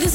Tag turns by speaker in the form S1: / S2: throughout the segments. S1: this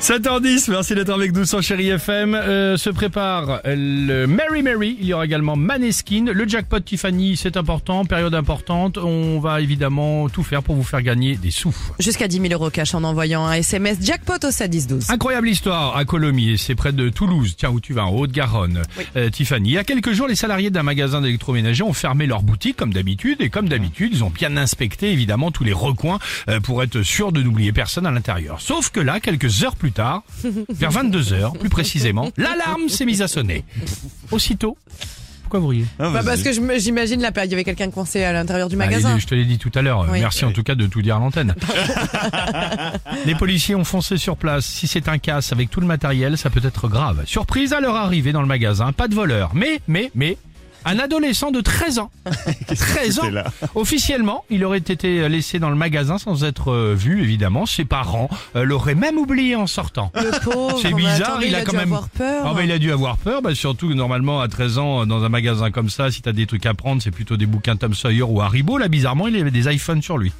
S2: 7h10, merci d'être avec nous sur Chéri FM. Euh, se prépare le Mary Mary. Il y aura également Maneskin. Le jackpot Tiffany, c'est important. Période importante. On va évidemment tout faire pour vous faire gagner des sous.
S3: Jusqu'à 10 000 euros cash en envoyant un SMS jackpot au 7 12
S2: Incroyable histoire à Colomiers, c'est près de Toulouse, tiens où tu vas, en Haute-Garonne. Euh, Tiffany, il y a quelques jours, les salariés d'un magasin d'électroménager ont fermé leur boutique comme d'habitude et comme d'habitude, ils ont bien inspecté évidemment tous les recoins euh, pour être sûrs de n'oublier personne à l'intérieur. Sauf que là, quelques heures plus tard, vers 22 heures plus précisément, l'alarme s'est mise à sonner. Aussitôt, pourquoi vous riez
S3: Bah parce que je me- j'imagine là, il y avait quelqu'un coincé à l'intérieur du magasin.
S2: Allez, Bah, je te l'ai dit tout à l'heure. euh,
S3: Oui.
S2: Merci en tout cas de tout dire à l'antenne. les policiers ont foncé sur place. Si c'est un casse avec tout le matériel, ça peut être grave. Surprise à leur arrivée dans le magasin, pas de voleur. Mais, mais, mais, un adolescent de 13 ans. 13 ans. Officiellement, il aurait été laissé dans le magasin sans être euh, vu, évidemment. Ses parents euh, l'auraient même oublié en sortant.
S3: Le pauvre, Ah bah,
S2: C'est
S3: mais
S2: bizarre,
S3: attends,
S2: il, a,
S3: dû
S2: quand même.
S3: avoir peur.
S2: Ah, bah, il a dû avoir peur, bah, surtout que normalement à 13 ans euh, dans un magasin comme ça, si t'as des trucs à prendre, c'est plutôt des bouquins Tom Sawyer ou Haribo. Là, bizarrement, il avait des iPhones sur lui.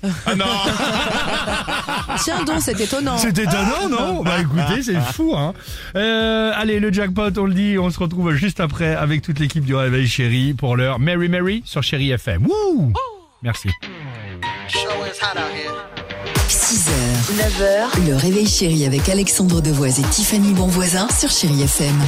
S3: Ah, Tiens donc, c'est étonnant.
S2: C'est étonnant, non Bah écoutez, c'est fou, hein. Euh, allez, le jackpot, on le dit, on se retrouve juste après avec toute l'équipe du Réveil Chéri pour l'heure Mary Mary sur Chéri FM. Wouh Merci.
S4: 6h, 9h, le réveil chéri avec Alexandre Devoise et Tiffany Bonvoisin sur Chérie FM.